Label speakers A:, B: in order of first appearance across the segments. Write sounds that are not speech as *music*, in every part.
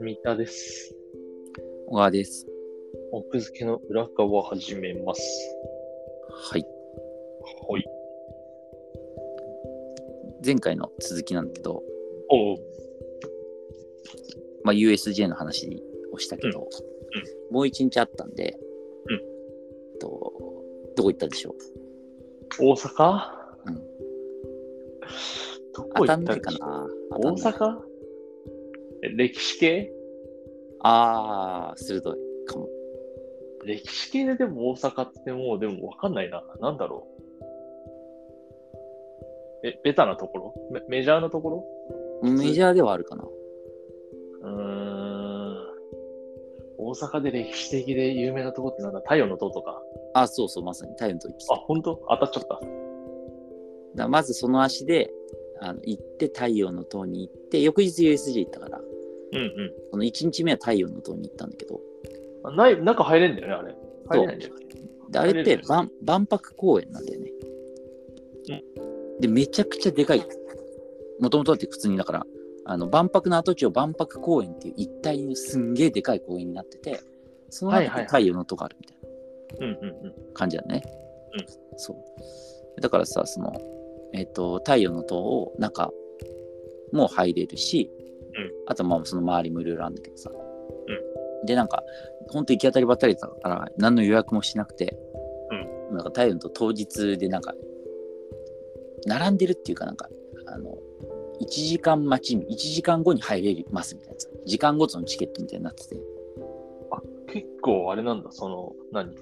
A: 三田です。
B: 小川です。
A: 奥付けの裏側始めます。
B: はい。
A: はい。
B: 前回の続きなんだけど、
A: おう。
B: まあ、USJ の話をしたけど、もう一日あったんで、
A: うん
B: えっと、どこ行ったでしょう
A: 大阪
B: うん
A: どこ
B: 当
A: 行
B: た
A: っ
B: ん
A: た
B: な
A: っ
B: い
A: け
B: かな
A: 大
B: 当たんない
A: 阪え歴史系
B: ああ、鋭いかも。
A: 歴史系ででも大阪ってもうでもわかんないな。なんだろうえ、ベタなところメメジャーなところ
B: メジャーではあるかな。
A: うーん。大阪で歴史的で有名なとこってなんだ太陽の塔とか。
B: あそうそう、まさに太陽の時。
A: あ、本当当たっちゃった。
B: だまずその足であの行って、太陽の塔に行って、翌日 USJ 行ったから、
A: うんうん。
B: その1日目は太陽の塔に行ったんだけど、
A: あない、中入れんだよね、あれ。入れないんだよね。
B: であれって万万博公園なんだよね。で、めちゃくちゃでかい。もともとだって普通にだから、あの万博の跡地を万博公園っていう一体のすんげえでかい公園になってて、その中で
A: はいはい
B: 太陽の塔があるみたい
A: うんうんうん。
B: な感じだね。そう。だからさ、その、えっ、と、太陽の塔を中も入れるし、
A: うん
B: あとまあその周りもいろいろあるんだけどさ。で、なんか、ほんと行き当たりばったりだったから、何の予約もしなくて、なんか太陽の塔当日でなんか、並んでるっていうかなんか、あの、1時間待ち、1時間後に入れますみたいなさ時間ごとのチケットみたいになってて。
A: 結構あれなんだ、その、何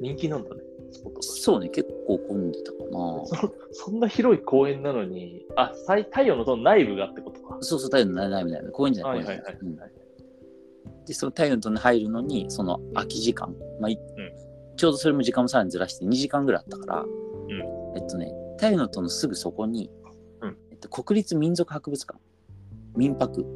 A: 人気なんだね、スポットが
B: そうね、結構混んでたかな。
A: そそんな広い公園なのに、あ、さい太陽の塔の内部がってことか。
B: そうそう、太陽の斜めだよね。公園じゃない、公園じゃ
A: は
B: ないい
A: は。
B: うんで、その太陽の塔に入るのに、その空き時間、まあいちょうどそれも時間もさらにずらして2時間ぐらいあったから、えっとね、太陽の塔のすぐそこに、
A: うん
B: えっと、国立民族博物館、民泊っ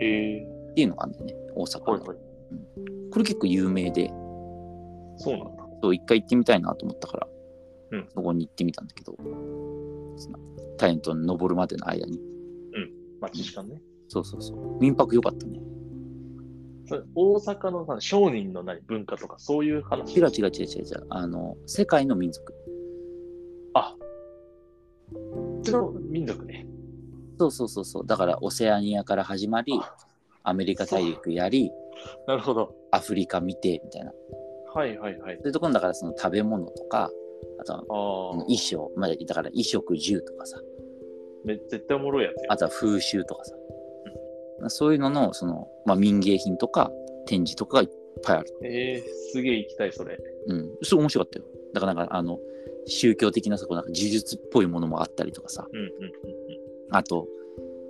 A: ええ
B: ていうのがあるんだよね、大阪の。
A: はいはい。
B: これ結構有名で、
A: そうなんだ。
B: そう一回行ってみたいなと思ったから、
A: うん
B: そこに行ってみたんだけど、その太陽の塔に登るまでの間に、
A: 待ち時間ね。
B: そうそうそう、民泊良かったね。
A: それ大阪のさ商人の何文化とかそういう話
B: 違う違う違う違う違う、あの、世界の民族。
A: あうちの民族ね。
B: そうそうそうそう。だからオセアニアから始まり、アメリカ大陸やり、
A: なるほど。
B: アフリカ見てみたいな。そ。
A: はいはいはいう
B: いうところだからその食べ物とか、あとは
A: ああ、
B: 衣装、まあ、だから衣食住とかさ、
A: め絶対おもろいやつや。
B: あとは風習とかさ、そういうののその、まあ、民芸品とか展示とかがいっぱいある。
A: ええすげえ行きたい、それ。
B: うん。それ面白かったよ。だからなんかあの、宗教的なそこうなんか呪術っぽいものもあったりとかさ、
A: うんうんうん
B: あと、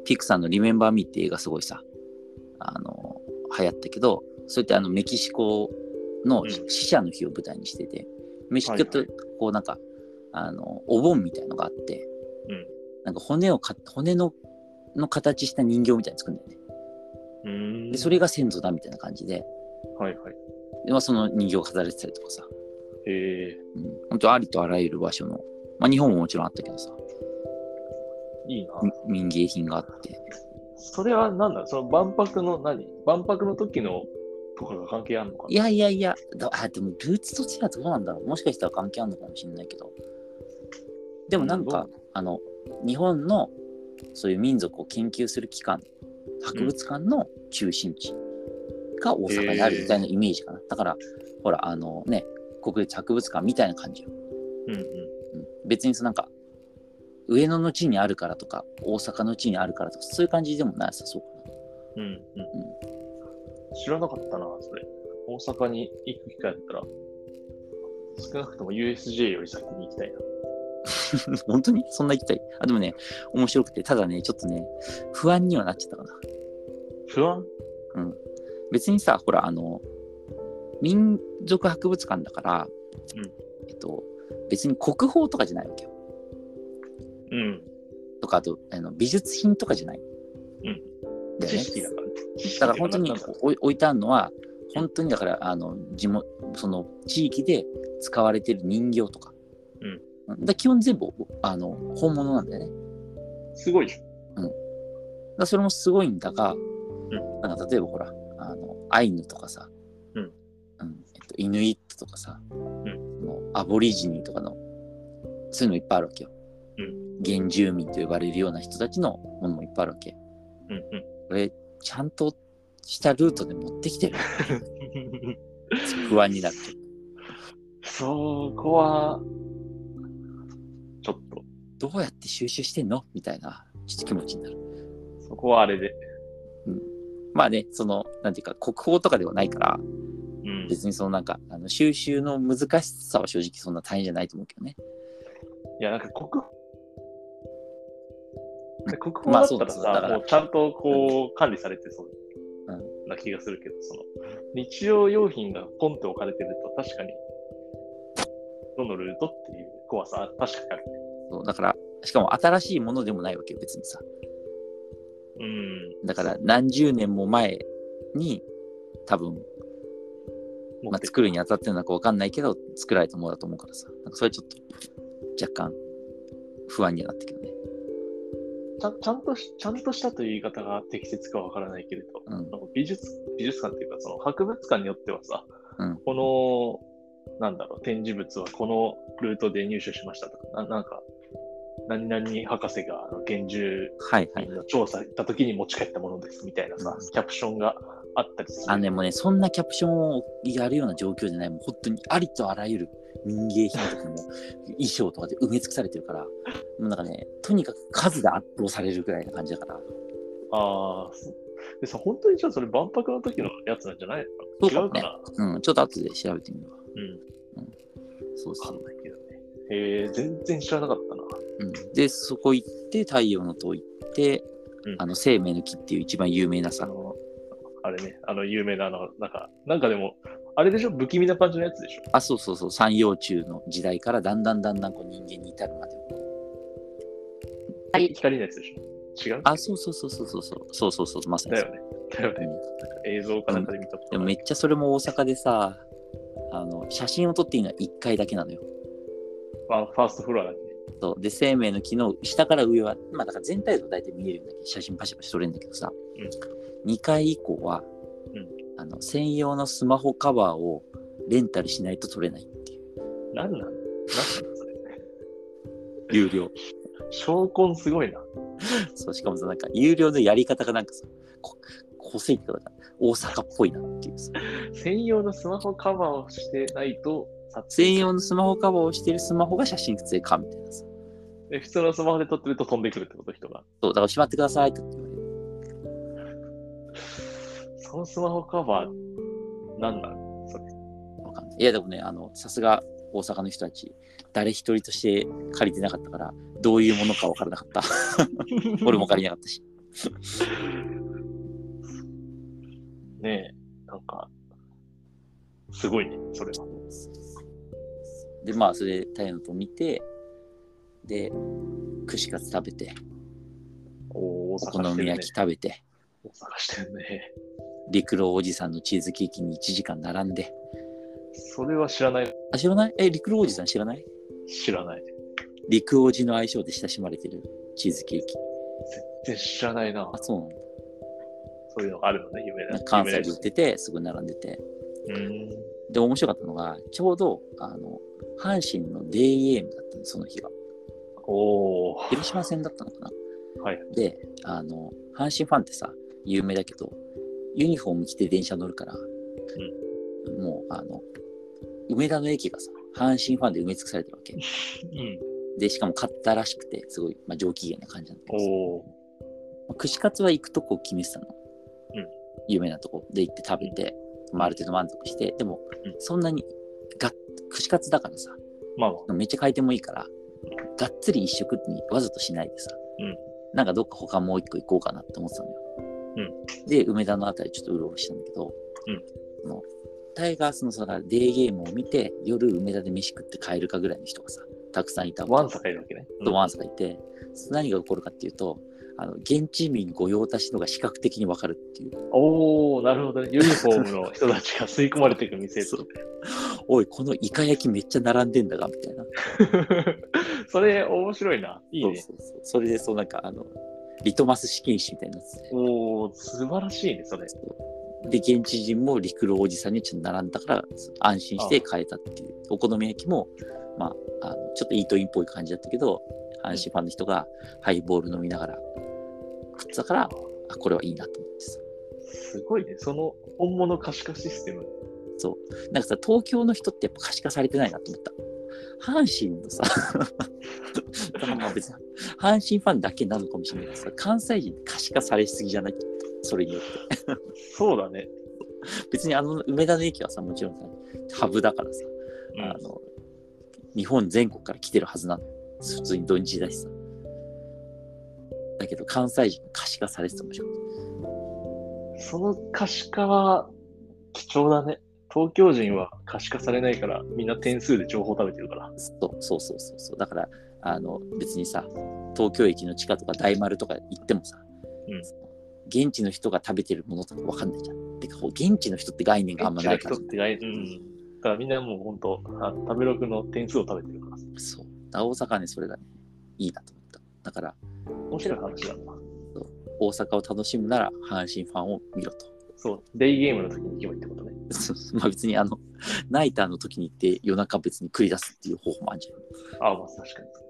B: ピクサーのリメンバーミーって映画すごいさ、あの、流行ったけど、それってあの、メキシコの
A: うん
B: 死者の日を舞台にしてて、メキシコって
A: はい
B: こうなんか、あの、お盆みたいのがあって、
A: うん
B: なんか骨をか、骨の、の形した人形みたいに作るんだよね。
A: うん。うーん
B: で、それが先祖だみたいな感じで、
A: はいはい。
B: でまあ、その人形を飾られてたりとかさ、
A: ええ
B: うん、本当ありとあらゆる場所の、まあ、日本ももちろんあったけどさ、
A: いいな。
B: み民芸品があって、
A: それは何だその万博の何万博の時のとかが関係あるのかない
B: やいやいや、だあでもルーツとしてはどうなんだろう。もしかしたら関係あるのかもしれないけど。でもなんか、
A: うん
B: あの、日本のそういう民族を研究する機関、博物館の中心地が大阪にあるみたいなイメージかな。だから、ほら、あのね、国立博物館みたいな感じよ。
A: うんうん。
B: うん、別にそのなんか、上野の地にあるからとか、大阪の地にあるからとか、そういう感じでもなさそうかな。
A: うんうん。知らなかったな、それ。大阪に行く機会だったら、少なくとも USJ より先に行きたいな。
B: *laughs* 本当にそんな行きたいあ、でもね、面白くて、ただね、ちょっとね、不安にはなっちゃったかな。
A: 不安
B: 別にさ、ほら、あの、民族博物館だから、
A: うん
B: えっと、別に国宝とかじゃないわけよ。
A: うん。
B: とか、あと、あの美術品とかじゃない。
A: うん。
B: だよ
A: 知
B: ね。
A: 識だからね。知識
B: だから本当に
A: なんだ
B: お置いてあるのは、本当にだから、あの、地元、その地域で使われてる人形とか、
A: うん
B: だ基本全部あの本物なんだよね。
A: すごいでしょ。
B: だそれもすごいんだが、
A: ん
B: なんか例えばほらあのアイヌとかさ、
A: うん
B: うんえっと、イヌイットとかさ、
A: ん
B: そのアボリジニとかのそういうのいっぱいあるわけよ、
A: う
B: 原住民と呼ばれるような人たちのものもいっぱいあるわけ
A: うんうん。
B: これちゃんとしたルートで持ってきてる不安になって
A: *laughs* そこは、ちょっと、
B: どうやって収集してんのみたいなちょっと気持ちになる
A: そこはあれで。
B: まあねそのなんていうか国宝とかではないから
A: うん。
B: 別にそのなんかあの収集の難しさは正直そんな大変じゃないと思うけどね
A: いや、なんか国、国語だ
B: まあ
A: った
B: そう
A: ら
B: そ
A: さ
B: う、だから
A: もうちゃんとこう管理されてそうな気がするけど、その日用用品がポンって置かれてると確かに、どのルートっていう怖さは確かにある。
B: そうだからしかも新しいものでもないわけよ別にさ
A: うん。
B: だから何十年も前に多分、
A: 持
B: ま
A: っ
B: あ、
A: て
B: 作るにあたってるのか分かんないけど作られたものだと思うからさなんかそれちょっと若干不安にはなってけどね、
A: ちゃんちゃんとしちゃんとしたという言い方が適切かわからないけれど、
B: うん、
A: なんか美術美術館っていうかその博物館によってはさ、
B: うん
A: このなんだろう展示物はこのルートで入手しましたとかななんか何々博士があの原住
B: はいはい
A: 民の調査行った時に持ち帰ったものですみたいなさ、
B: うん
A: キャプションがあったりする
B: あのねもうねそんなキャプションをやるような状況じゃないもう本当にありとあらゆる民芸品とかも *laughs* 衣装とかで埋め尽くされてるからもうなんかねとにかく数で圧倒されるぐらいな感じだから
A: あーそでさ本当にじゃあそれ万博の時のやつなんじゃないの
B: そうか
A: 違
B: も
A: うか
B: ね
A: な
B: うんちょっと後で調べてみるわ
A: うん
B: そうそ
A: わ
B: う
A: かんないけどねへえ全然知らなかったな
B: うん、でそこ行って太陽の塔行って、
A: うん
B: あの生命の木っていう一番有名な
A: あ
B: さ
A: のあれねあの有名なあのなんかなんかでもあれでしょ不気味な感じのやつでしょ
B: あそうそうそう三葉虫の時代からだんだんだんだんこう人間に至るまではい
A: 光のやつでしょ違う
B: あそうそうそうそうそうそうそうそうそうまさに
A: だ
B: そう
A: よね。だよね。なんか映像かなんかで見たこ
B: で
A: と
B: も
A: な
B: め
A: い
B: っちゃそれも大阪でさあの写真を撮っていいのは1回だけなのよ
A: まあ、ファーストフロアだけね。
B: そうで生命の木の下から上は、まあ、だから全体像大体見えるんだけど写真パシャパシャ撮れるんだけどさ、2回以降は、
A: うん
B: あの専用のスマホカバーをレンタルしないと撮れないっていう
A: なんなんなんなんそれ。
B: 有料
A: 証拠すごいな。
B: そう、しかもさ、なんか、有料のやり方がなんかさ、こ個性とか、大阪っぽいなっていうさ。
A: 専用のスマホカバーをしてないと撮影
B: 専用のスマホカバーをしてるスマホが写真撮影か、みたいなさ。
A: え普通のスマホで撮ってると飛んでくるってこと、人が。
B: そう、だからしまってくださいとか言われる。
A: そのスマホカバー、なんなん
B: わかんない。いや、でもね、あの、さすが大阪の人たち、誰一人として借りてなかったから、どういうものかわからなかった。俺も借りなかったし。
A: ねえ、なんか、すごいね、それは。
B: で、まあ、それで、太陽の塔見て、で、串カツ食べて、
A: お
B: お
A: ー
B: 好
A: 大阪して
B: み
A: るね
B: 焼き。食べて、
A: 大阪してるね。
B: 陸路おじさんのチーズケーキに1時間並んで、
A: それは知らない。
B: あ、知らないえ、陸王子さん知らない
A: 知らない。
B: 陸王子の愛称で親しまれてるチーズケーキ。
A: 全然知らないな
B: あ、。そうなんだ
A: そういうのがあるのね、夢
B: な
A: だ
B: んか。関西で売ってて、すごい並んでて。
A: うん。
B: で、面白かったのが、ちょうど、あの、阪神のデイエームだったの、その日が。
A: おお。
B: 広島戦だったのかな
A: はい。
B: で、あの、阪神ファンってさ、有名だけど、ユニフォーム着て電車乗るから、もう、あの、梅田の駅がさ、阪神ファンで埋め尽くされてるわけ。
A: うん。
B: で、しかも買ったらしくて、すごい、まあ、上機嫌な感じなんだけどさ
A: おお。
B: 串カツは行くとこを決めてたの、
A: うん
B: 有名なとこで行って食べて、まあ、ある程度満足してでも、
A: うん
B: そんなにが串カツだからさ
A: まあまあ。
B: めっちゃ回転もいいからがっつり一食にわざとしないでさ、
A: うん
B: なんかどっか他もう一個行こうかなって思ってたのよ、で梅田のあたりちょっとうろうろしたんだけど、
A: うん
B: そのタイガースのそのデーゲームを見て夜梅田で飯食って帰るかぐらいの人がさたくさんいたわけ
A: ワンサカいるわけね。
B: ドワンスがいて、何が起こるかっていうと、あの現地民御用達のが視覚的に分かるっていう。
A: おお、なるほどね。ユニフォームの人たちが吸い込まれていく店。
B: そう *laughs* おい、このイカ焼きめっちゃ並んでんだが、みたいな。
A: *laughs* それ面白いな。いいね。
B: そうそうそうそれで、そうなんか、あの、リトマス試験紙みたいなやつで。
A: おお素晴らしいね、それ。
B: で、現地人も陸路おじさんにちょっと並んだから、そう安心して買えたっていう。お好み焼きも、まあ、あのちょっとイートインっぽい感じだったけど、阪神ファンの人がハイボール飲みながら食ってたから、あ、これはいいなと思ってさ。
A: すごいね。その本物可視化システム。
B: なんかさ、東京の人ってやっぱ可視化されてないなと思った。阪神
A: *laughs*
B: のさ、まあ別に、阪神ファンだけなのかもしれないけどさ、関西人って可視化されすぎじゃないそれによって。
A: そうだね。
B: 別にあの、梅田の駅はさ、もちろんさ、ハブだからさ、
A: うん
B: あの、日本全国から来てるはずなの。普通に土日だしさ。だけど、関西人可視化されてたもんし
A: その可視化は貴重だね。東京人は可視化されないから、みんな点数で情報食べてるから。
B: そうそうそうそうそうだからあの別にさ東京駅の地下とか大丸とか行ってもさ、
A: うん
B: 現地の人が食べてるものとかわかんないじゃんてかこう現地の人って概念があんまないから
A: 人ってない。うん。だからみんなもう本当、あの食べログの点数を食べてるから。
B: そうだから大阪はねそれがねいいなと思っただから
A: 面白い話だな。
B: 大阪を楽しむなら阪神ファンを見ろと
A: そう、デイゲームの時に行けばいいってことね。
B: まあ別にあのナイターの時に行って夜中別に繰り出すっていう方法もあるじゃん
A: ああ、まあ確かにそう。